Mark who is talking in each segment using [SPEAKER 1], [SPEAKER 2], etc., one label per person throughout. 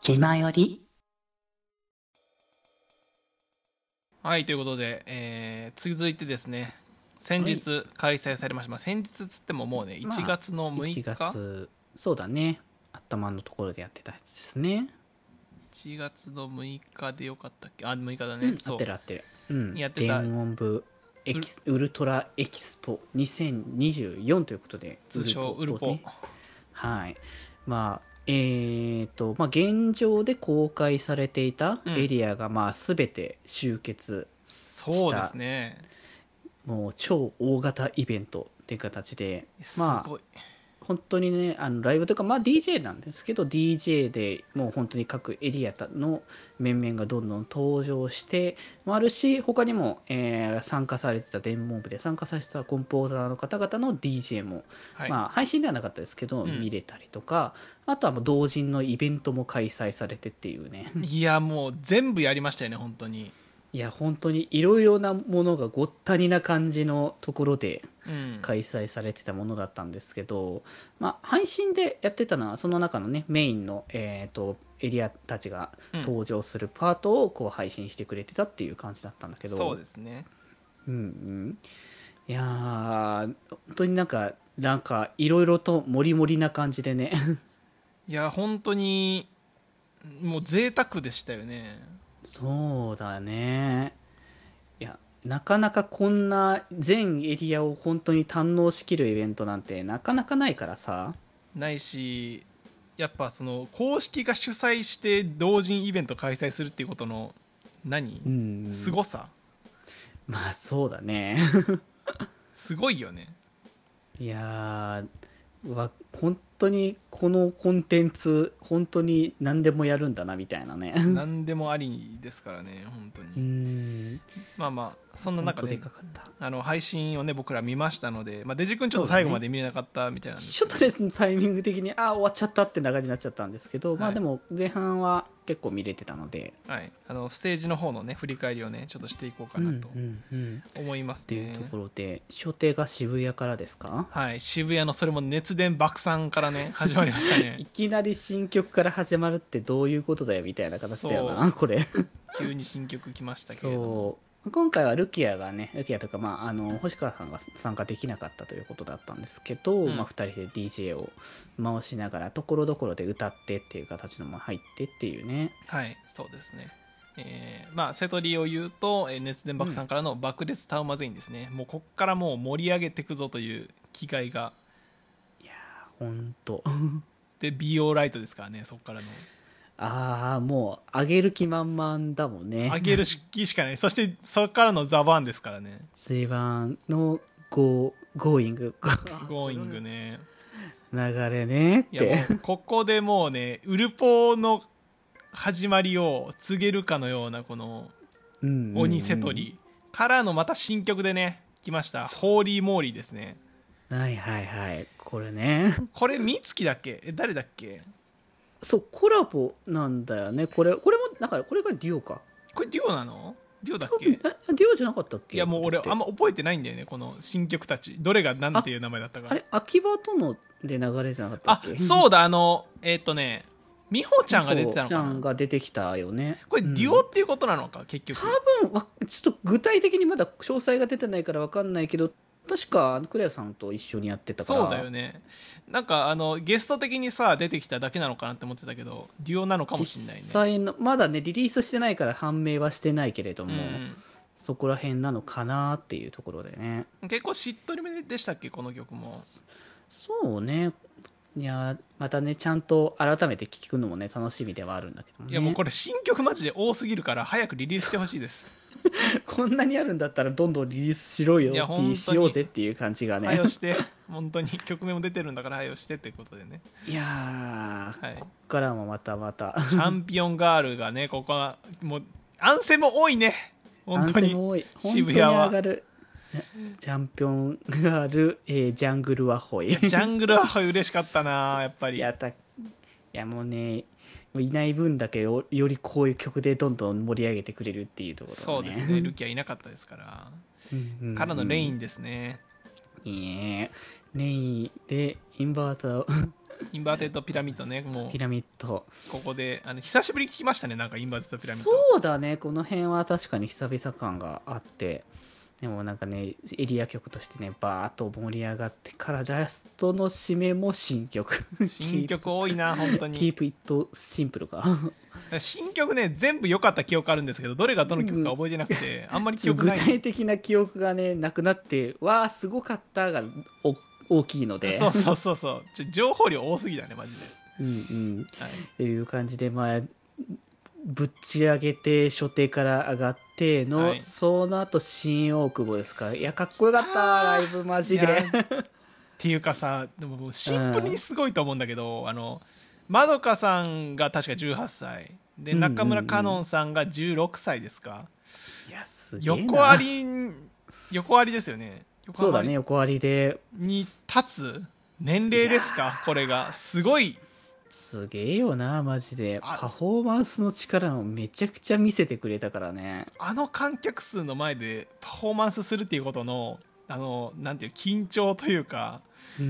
[SPEAKER 1] 気まより
[SPEAKER 2] はいということで、えー続いてですね先日開催されました、まあ、先日つってももうね
[SPEAKER 1] まあ
[SPEAKER 2] 1月の6
[SPEAKER 1] 1
[SPEAKER 2] 日、
[SPEAKER 1] 月そうだね頭のところでやってたやつですね
[SPEAKER 2] 1月の6日でよかったっけあ6日だ
[SPEAKER 1] う
[SPEAKER 2] ね、
[SPEAKER 1] ん合
[SPEAKER 2] そ
[SPEAKER 1] っ
[SPEAKER 2] う
[SPEAKER 1] てる合ってるうん
[SPEAKER 2] やってた
[SPEAKER 1] 電音部エキスウルトラエキスポ2024ということで
[SPEAKER 2] 通称ウルポ
[SPEAKER 1] ねはい。まあ、えーと、まあ、現状で公開されていた
[SPEAKER 2] うん
[SPEAKER 1] エリアが、まあ、すべて集結、
[SPEAKER 2] そうですね
[SPEAKER 1] もう超大型イベントっていう形で、
[SPEAKER 2] す
[SPEAKER 1] まあ、
[SPEAKER 2] ごい、
[SPEAKER 1] 本当にね、あのライブというか、まあ、DJ なんですけど、DJ でもう本当に各エリアの面々がどんどん登場して、もあるし、他にも、えー参加されてた電文部で参加されてたコンポーザーの方々の DJ も、
[SPEAKER 2] はい
[SPEAKER 1] まあ、配信ではなかったですけど、
[SPEAKER 2] うん
[SPEAKER 1] 見れたりとかあとはもう同人のイベントも開催されてっていうね
[SPEAKER 2] いやもう全部やりましたよね本当に
[SPEAKER 1] いや本当にいろいろなものがごったにな感じのところで
[SPEAKER 2] うん
[SPEAKER 1] 開催されてたものだったんですけど、まあ、配信でやってたのはその中のねメインの、えー、とエリアたちが
[SPEAKER 2] うん
[SPEAKER 1] 登場するパートをこう配信してくれてたっていう感じだったんだけど、
[SPEAKER 2] そうですね
[SPEAKER 1] うんうん、いやー本当になんかなんかいろいろともりもりな感じでね
[SPEAKER 2] いや本当にもう贅沢でしたよね
[SPEAKER 1] そうだねいやなかなかこんな全エリアを本当に堪能しきるイベントなんてなかなかないからさ
[SPEAKER 2] ないしやっぱその公式が主催して同人イベント開催するっていうことの何
[SPEAKER 1] うん
[SPEAKER 2] すごさ
[SPEAKER 1] まあそうだね
[SPEAKER 2] すごいよね
[SPEAKER 1] いやーわ本当にこのコンテンツ本当に何でもやるんだなみたいなね
[SPEAKER 2] 何でもありですからね本当
[SPEAKER 1] う
[SPEAKER 2] に
[SPEAKER 1] ん
[SPEAKER 2] まあまあそんな
[SPEAKER 1] 本
[SPEAKER 2] 中
[SPEAKER 1] 当
[SPEAKER 2] で
[SPEAKER 1] でかかった
[SPEAKER 2] あの配信をね僕ら見ましたので、まあ、デジ君ちょっと最後まで見れなかったみたいなんです
[SPEAKER 1] ちょっとですねタイミング的にあ終わっちゃったって流れになっちゃったんですけど、ま
[SPEAKER 2] は
[SPEAKER 1] あ
[SPEAKER 2] い
[SPEAKER 1] でも前半は結構見れてたので
[SPEAKER 2] はい、あのステージの方のね振り返りをねちょっとしていこうかなと
[SPEAKER 1] うんうんうん
[SPEAKER 2] 思います
[SPEAKER 1] って
[SPEAKER 2] ね、
[SPEAKER 1] いうところで、所定が渋谷からですか
[SPEAKER 2] はい、渋谷のそれも熱伝爆散からね始まりました
[SPEAKER 1] い
[SPEAKER 2] ね
[SPEAKER 1] きなり新曲から始まるってどういうことだよみたいな形だよ
[SPEAKER 2] そ
[SPEAKER 1] な、これ。
[SPEAKER 2] 急に新曲来ましたけれども
[SPEAKER 1] そう。今回はルキアがね、ルキアというか、まあ、あの、星川さんが参加できなかったということだったんですけど、
[SPEAKER 2] ん
[SPEAKER 1] まあ、2人で DJ を回しながら、ところどころで歌ってっていう形のも入ってっていうね。
[SPEAKER 2] はいそうですねえーまあ、セトリを言うと、えー熱伝爆散からの爆裂タウマゼインですね、もうこっからもう盛り上げていくぞという気概が
[SPEAKER 1] ほんと。
[SPEAKER 2] で BO ライトですからねそこからの
[SPEAKER 1] ああ、もう、上げる気満々だもんね。
[SPEAKER 2] 上げる気し かないそしてそこからのザバーンですからね
[SPEAKER 1] 水盤の、ゴー、ゴーイング、
[SPEAKER 2] ゴーイングね
[SPEAKER 1] 流れねっ
[SPEAKER 2] いや
[SPEAKER 1] て。
[SPEAKER 2] もうここでもうねウルポの始まりを告げるかのようなこの
[SPEAKER 1] うんうんうん
[SPEAKER 2] 鬼セトリからのまた新曲でね来ましたホーリーモーリーですね
[SPEAKER 1] はいはいはいこれね
[SPEAKER 2] これ美月だっけえ誰だっけ
[SPEAKER 1] そうコラボなんだよねこれこれもだからこれがデュオか
[SPEAKER 2] これデュオなのデュオだっ
[SPEAKER 1] 多
[SPEAKER 2] け
[SPEAKER 1] 分
[SPEAKER 2] い
[SPEAKER 1] えデュオじゃなかったっけ
[SPEAKER 2] やもう俺
[SPEAKER 1] これって
[SPEAKER 2] あんま覚えてないんだよねこの新曲たちどれが何ていう名前だったか
[SPEAKER 1] あれ秋葉とので流れじゃなかったっ
[SPEAKER 2] あ
[SPEAKER 1] け
[SPEAKER 2] そうだあのえっ、とね美穂ちゃんが出てたの
[SPEAKER 1] ちゃ
[SPEAKER 2] か
[SPEAKER 1] ん
[SPEAKER 2] な
[SPEAKER 1] が出てきたよね
[SPEAKER 2] これデュオっていうことなのか結局
[SPEAKER 1] うん、うんわちょっと具体的にまだ詳細が出てないから分かんないけど確かクレアさんと一緒にやってたから
[SPEAKER 2] そうだよねなんかあのゲスト的にさ出てきただけなのかなって思ってたけどデュオなのかもしれないね
[SPEAKER 1] 実際のまだねリリースしてないから判明はしてないけれども、そこら辺なのかなっていうところでね
[SPEAKER 2] うん、結構しっとりめでしたっけこの曲も
[SPEAKER 1] そうね。いや、またね、ちゃんと改めて聞くのもね、楽しみではあるんだけどね。
[SPEAKER 2] いやもうこれ新曲マジで多すぎるから早くリリースしてほしいです
[SPEAKER 1] こんなにあるんだったら、どんどんリリースしろよ
[SPEAKER 2] いや
[SPEAKER 1] って
[SPEAKER 2] 本当
[SPEAKER 1] い
[SPEAKER 2] に
[SPEAKER 1] う、しようぜっていう感じがね。
[SPEAKER 2] 早押して本当に曲名も出てるんだから早押してってことでね、
[SPEAKER 1] いやー、
[SPEAKER 2] はい
[SPEAKER 1] こ、っからもまたまた。
[SPEAKER 2] チャンピオンガールがねここはもうアンセム多いね本当
[SPEAKER 1] 男性
[SPEAKER 2] に
[SPEAKER 1] も多い。本当
[SPEAKER 2] 渋
[SPEAKER 1] に
[SPEAKER 2] 谷は
[SPEAKER 1] 上がる。チャンピオンガール、えージャングルワホイ。
[SPEAKER 2] いやジャングルは嬉しかったなやっぱ
[SPEAKER 1] い
[SPEAKER 2] り
[SPEAKER 1] やたいやもうねいない分だけよよりこういう曲でどんどん盛り上げてくれるっていうところ、ね、
[SPEAKER 2] そうですねルキはいなかったですから、
[SPEAKER 1] うんうん
[SPEAKER 2] からのレインですね、
[SPEAKER 1] いいね。レインでインバーターを
[SPEAKER 2] インバーテッドピラミッドねも
[SPEAKER 1] ピラミッド
[SPEAKER 2] うここであの久しぶりに聞きましたねなんかインバーテッドピラミッド
[SPEAKER 1] そうだねこの辺は確かに久々感があってでもなんかねエリア曲としてねバーッと盛り上がってからラストの締めも新曲
[SPEAKER 2] 新曲多いな本当
[SPEAKER 1] キ
[SPEAKER 2] に
[SPEAKER 1] ープイットシンプルか
[SPEAKER 2] 新曲ね全部良かった記憶あるんですけどどれがどの曲か覚えてなくて、あんまり記
[SPEAKER 1] ちょっと
[SPEAKER 2] 憶
[SPEAKER 1] 具
[SPEAKER 2] ない
[SPEAKER 1] 体的な記憶がねなくなって「わあすごかった」がお大きいので
[SPEAKER 2] そうそうそうそうちょ情報量多すぎだねマジで、
[SPEAKER 1] うんうん
[SPEAKER 2] はい、
[SPEAKER 1] っていう感じでまあぶっち上げて所定から上がっての、
[SPEAKER 2] はい
[SPEAKER 1] その後新大久保ですかいやかっこよかったライブマジ
[SPEAKER 2] いや
[SPEAKER 1] で
[SPEAKER 2] っていうかさでももうシンプルにすごいと思うんだけど、あのまどかさんが確か18歳で
[SPEAKER 1] うんうんうん
[SPEAKER 2] 中村かのんさんが16歳ですか、
[SPEAKER 1] いやすげえな
[SPEAKER 2] 横あり横ありですよね横
[SPEAKER 1] そうだ
[SPEAKER 2] あ
[SPEAKER 1] ね
[SPEAKER 2] り
[SPEAKER 1] 横割りで
[SPEAKER 2] に立つ年齢ですかこれがすごい
[SPEAKER 1] すげえよなマジで
[SPEAKER 2] あ
[SPEAKER 1] パフォーマンスの力をめちゃくちゃ見せてくれたからね
[SPEAKER 2] あの観客数の前でパフォーマンスするっていうことのあのなんていう緊張というか
[SPEAKER 1] うん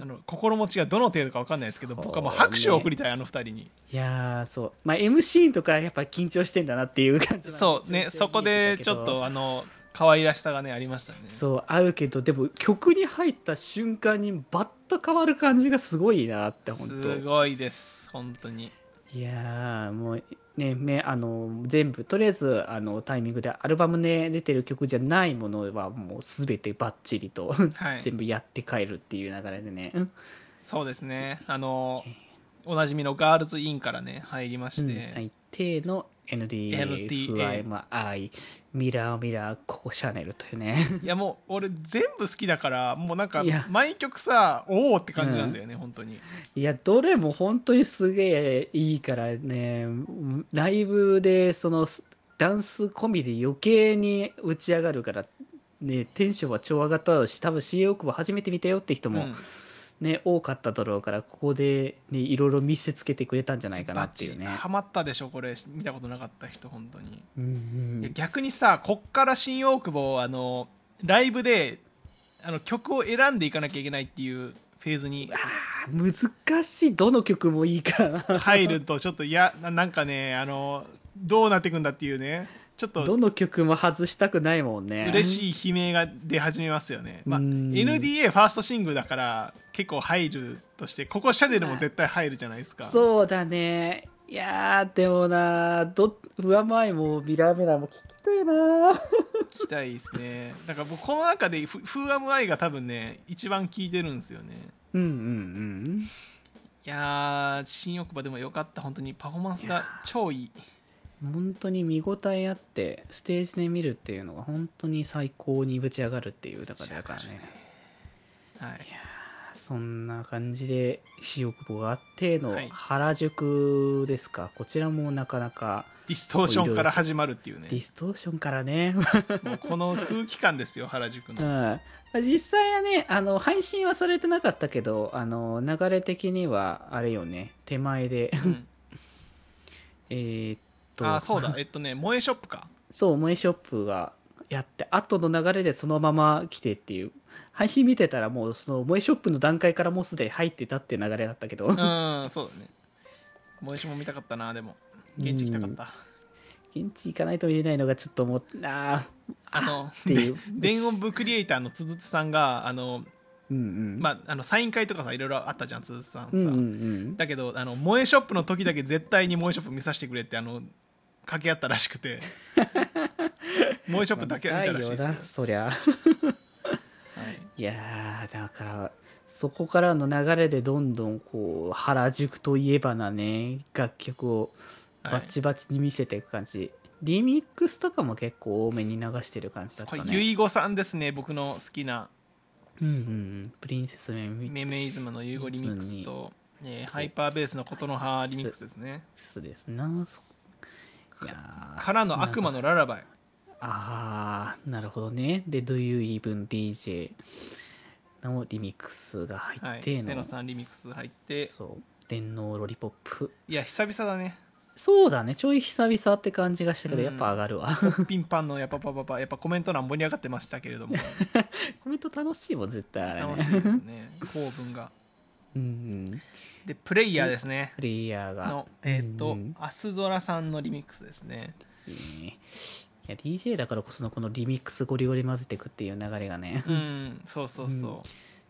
[SPEAKER 1] う
[SPEAKER 2] あ
[SPEAKER 1] ん
[SPEAKER 2] の心持ちがどの程度か分かんないですけど、
[SPEAKER 1] そうね
[SPEAKER 2] 僕はもう拍手を送りたいあの二人に
[SPEAKER 1] いやーそうまあ MC とかやっぱ緊張してんだなっていう感じなんで
[SPEAKER 2] そうねそこでちょっとあの可愛らしさがねありましたね
[SPEAKER 1] そうあるけどでも曲に入った瞬間にバッと変わる感じがすごいなって本
[SPEAKER 2] す
[SPEAKER 1] 当
[SPEAKER 2] ごいです本当に
[SPEAKER 1] いやーもうねめあの全部とりあえずあのタイミングでアルバムで出てる曲じゃないものはもう全てバッチリと、
[SPEAKER 2] はい
[SPEAKER 1] 全部やって帰るっていう流れでね、
[SPEAKER 2] そうですねあのおなじみのガールズインからね入りまして、
[SPEAKER 1] 大抵の NDA
[SPEAKER 2] LTA
[SPEAKER 1] フライマアイミラーミラーココシャネルという ね
[SPEAKER 2] いやもう俺全部好きだからもうなんか
[SPEAKER 1] いや
[SPEAKER 2] 毎曲さおおって感じなんだよね、本当に
[SPEAKER 1] いやどれも本当にすげえいいからねうんライブでそのすダンス込みで余計に打ち上がるからねテンションは超上がっただろうし多分 CA 大久保初めて見たよって人
[SPEAKER 2] う
[SPEAKER 1] も
[SPEAKER 2] ん
[SPEAKER 1] ね、多かっただろうからここでねいろいろ見せつけてくれたんじゃないかな
[SPEAKER 2] バッ
[SPEAKER 1] ってい
[SPEAKER 2] チ
[SPEAKER 1] う
[SPEAKER 2] リ
[SPEAKER 1] ね。
[SPEAKER 2] ハマったでしょこれ見たことなかった人本当に、
[SPEAKER 1] うんうん
[SPEAKER 2] いや逆にさこっから新大久保あのライブであの曲を選んでいかなきゃいけないっていうフェーズに
[SPEAKER 1] あー難しいどの曲もいいからな
[SPEAKER 2] 入るとちょっといやななんかねあのどうなっていくんだっていうねちょっと
[SPEAKER 1] どの曲も外したくないもんねい
[SPEAKER 2] 嬉しい悲鳴が出始めますよね、まあ、
[SPEAKER 1] うん
[SPEAKER 2] NDA ファーストシングルだから結構入るとしてここシャネルも絶対入るじゃないですか
[SPEAKER 1] そうだねいやーでもなど上前もミラーメラも聞きたいな
[SPEAKER 2] 聞きたいですねだから僕この中で「フーアムアイ」が多分ね一番聞いてるんですよね
[SPEAKER 1] うんうん
[SPEAKER 2] いやー新大久保でもよかった本当にパフォーマンスが超いい
[SPEAKER 1] うん本当に見応えあってステージで見るっていうのが本当に最高にぶち上がるっていうだからだからね
[SPEAKER 2] はい
[SPEAKER 1] そんな感じで新大久保があっての
[SPEAKER 2] はい
[SPEAKER 1] 原宿ですか、こちらもなかなか
[SPEAKER 2] ディストーションから始まるっていう
[SPEAKER 1] ディ
[SPEAKER 2] ね
[SPEAKER 1] ストーションからね
[SPEAKER 2] もうこの空気感ですよ原宿
[SPEAKER 1] う
[SPEAKER 2] の
[SPEAKER 1] ん実際はねあの配信はされてなかったけどあの流れ的にはあれよね手前で
[SPEAKER 2] うん
[SPEAKER 1] えーっと
[SPEAKER 2] あそうだえっとね萌えショップか
[SPEAKER 1] そう萌えショップがやって後の流れでそのまま来てっていう配信見てたらもうその萌えショップの段階からもうすでに入ってたっていう流れだったけど、
[SPEAKER 2] うんそうだね萌えショップも見たかったなでも現地行きたかった
[SPEAKER 1] 現地行かないと見れないのがちょっともうあ
[SPEAKER 2] あの
[SPEAKER 1] ーっていう
[SPEAKER 2] 電音部クリエイターの鈴津さんがあの
[SPEAKER 1] うんうん
[SPEAKER 2] まああのサイン会とかさいろいろあったじゃん鈴津さんさ、
[SPEAKER 1] うんうんうん
[SPEAKER 2] だけどあの萌えショップの時だけ絶対に萌えショップ見させてくれってあの掛け合ったらしく て萌えショップだけは見たらしいで
[SPEAKER 1] まあ見
[SPEAKER 2] すよ
[SPEAKER 1] たいよなそりゃ
[SPEAKER 2] はい
[SPEAKER 1] いやーだからそこからの流れでどんどんこう原宿といえばなね楽曲を
[SPEAKER 2] は
[SPEAKER 1] バ
[SPEAKER 2] い
[SPEAKER 1] チバチに見せていく感じ、リミックスとかも結構多めに流してる感じだっ
[SPEAKER 2] こ
[SPEAKER 1] た
[SPEAKER 2] れ
[SPEAKER 1] ね
[SPEAKER 2] ゆいごさんですね僕の好きな
[SPEAKER 1] うんうんうんプリンセスメミッ
[SPEAKER 2] メメイズムのゆいごリミックスと、えーハイパーベースのことの葉リミックスですね
[SPEAKER 1] クスですなそいやー
[SPEAKER 2] からの悪魔のララバイ
[SPEAKER 1] あーなるほどねで「Do You Even DJ」のリミックスが
[SPEAKER 2] は
[SPEAKER 1] 入
[SPEAKER 2] い、
[SPEAKER 1] って
[SPEAKER 2] テ
[SPEAKER 1] の,、
[SPEAKER 2] ノさんリミックス入って
[SPEAKER 1] そう電脳ロリポップ
[SPEAKER 2] いや久々だね
[SPEAKER 1] そうだねちょい久々って感じがしたけど、
[SPEAKER 2] うん
[SPEAKER 1] やっぱ上がるわ
[SPEAKER 2] ピンパンのやっぱパパパやっぱコメント欄盛り上がってましたけれども
[SPEAKER 1] コメント楽しいもん絶対あれね
[SPEAKER 2] 楽しいですね構文が
[SPEAKER 1] うん、
[SPEAKER 2] でプレイヤーですね
[SPEAKER 1] プレイヤーが。
[SPEAKER 2] のえっ
[SPEAKER 1] う
[SPEAKER 2] と
[SPEAKER 1] ん
[SPEAKER 2] アスゾラさんのリミックスですね
[SPEAKER 1] いいね。いや、DJ だからこそのこのリミックスゴリゴリ混ぜていくっていう流れがね。
[SPEAKER 2] うんそうそうそう、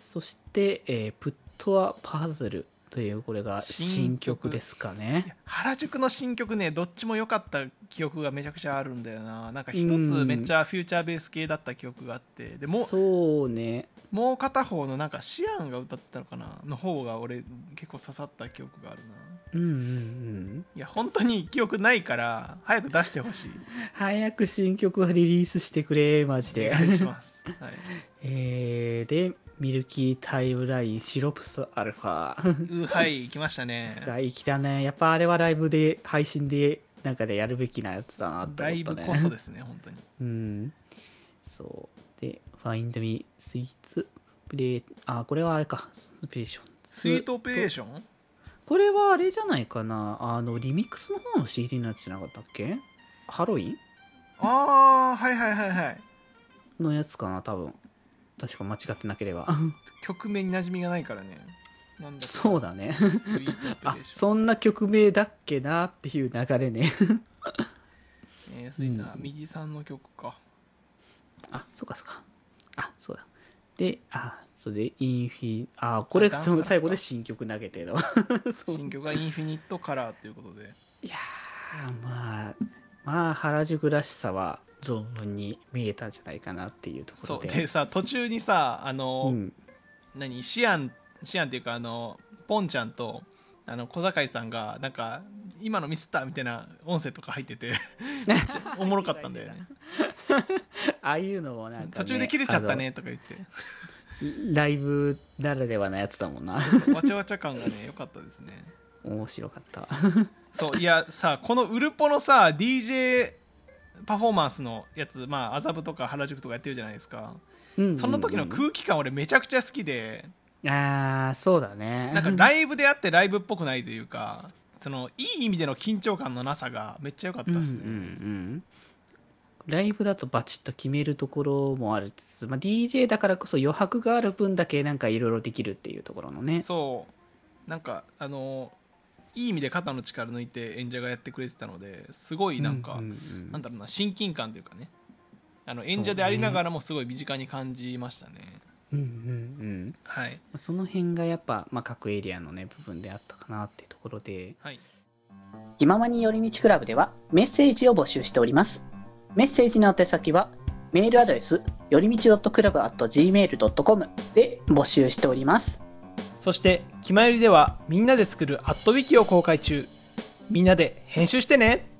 [SPEAKER 1] そして、えープットはパズルという、これが新
[SPEAKER 2] 新曲
[SPEAKER 1] 曲ですかね。
[SPEAKER 2] 原宿の新曲ねどっちも良かった記憶がめちゃくちゃあるんだよななんか一
[SPEAKER 1] う
[SPEAKER 2] つ
[SPEAKER 1] ん
[SPEAKER 2] めっちゃフューチャーベース系だった記憶があってでもう
[SPEAKER 1] そうね。
[SPEAKER 2] もう片方のなんかシアンが歌ってたのかなの方が俺結構刺さった記憶があるな
[SPEAKER 1] うんうんうん。
[SPEAKER 2] いや本当に記憶ないから早く出してほしい
[SPEAKER 1] 早く新曲はリリースしてくれ、マジ
[SPEAKER 2] お
[SPEAKER 1] で。
[SPEAKER 2] 願いします、 はい、
[SPEAKER 1] えーで、ミルキータイムラインシロプスアルファ。
[SPEAKER 2] うーはい来ましたね
[SPEAKER 1] が生きたね。やっぱあれはライブで、配信で、なんかでやるべきなやつだなと
[SPEAKER 2] ラ
[SPEAKER 1] 思
[SPEAKER 2] イ
[SPEAKER 1] った
[SPEAKER 2] ブ
[SPEAKER 1] ね。
[SPEAKER 2] こそですね本当に
[SPEAKER 1] うん。そう。で、Find Me Sweet Play。あ、これはあれか。スペーション。
[SPEAKER 2] スイートオペレーション
[SPEAKER 1] これはあれじゃないかな。あの、リミックスの方の CD のやつじゃなかったっけハロウィン
[SPEAKER 2] ああはいはいはいはい
[SPEAKER 1] のやつかな、多分。確か間違ってなけれ ば。
[SPEAKER 2] 曲名に馴染みがないからねなんだっけ
[SPEAKER 1] そうだね。
[SPEAKER 2] スイートオ
[SPEAKER 1] あ
[SPEAKER 2] ペレーション
[SPEAKER 1] そんな曲名だっけなっていう流れね
[SPEAKER 2] えー、スイート、
[SPEAKER 1] うん
[SPEAKER 2] 右さんの曲か
[SPEAKER 1] あそうかそうかあそうだであそれでインフィあこれ
[SPEAKER 2] あダンス
[SPEAKER 1] その最後
[SPEAKER 2] だ
[SPEAKER 1] で
[SPEAKER 2] った
[SPEAKER 1] 新曲投げての そう
[SPEAKER 2] 新曲が「インフィニットカラー」ということで
[SPEAKER 1] いやーまあまあ原宿らしさは存分に見えたんじゃないかなっていうとこ
[SPEAKER 2] そ
[SPEAKER 1] ろ
[SPEAKER 2] う
[SPEAKER 1] で
[SPEAKER 2] でさ途中にさあの、
[SPEAKER 1] うん、
[SPEAKER 2] 何シアンシアンっていうかあのポンちゃんとあの小堺さんがなんか今のミスったみたいな音声とか入っ ててめっちゃおもろかったんだよね
[SPEAKER 1] ああいうのもなんか、ね、
[SPEAKER 2] 途中で切れちゃったねとか言って
[SPEAKER 1] あのライブならではのやつだもんな
[SPEAKER 2] わちゃわちゃ感がね良かったですね
[SPEAKER 1] 面白かった
[SPEAKER 2] そういやさこのウルポのさ DJ パフォーマンスのやつまあ麻布とか原宿とかやってるじゃないですか その時の
[SPEAKER 1] うん
[SPEAKER 2] 空気感俺めちゃくちゃ好きで
[SPEAKER 1] うんうんああそうだね
[SPEAKER 2] なんかライブであってライブっぽくないというかそのいい意味での緊張感のなさがめっちゃ良かったですね、
[SPEAKER 1] うんうんうんライブだとバチッと決めるところもあるつつ、まあ、DJ だからこそ余白がある分だけなんかいろいろできるっていうところのね
[SPEAKER 2] そうなんかあのいい意味で肩の力抜いて演者がやってくれてたのですごいなんか、
[SPEAKER 1] うううん
[SPEAKER 2] なんだろうな親近感というかねあの演者でありながらもすごい身近に感じましたね
[SPEAKER 1] うんうん
[SPEAKER 2] はい
[SPEAKER 1] うんその辺がやっぱ、まあ、各エリアのね部分であったかなってところで
[SPEAKER 2] はい
[SPEAKER 1] 気ままに寄り道クラブではメッセージを募集しておりますメッセージの宛先はメールアドレスよりみち .club.gmail.com で募集しております
[SPEAKER 2] そして「きまより」ではみんなで作る「アットウィキを公開中みんなで編集してね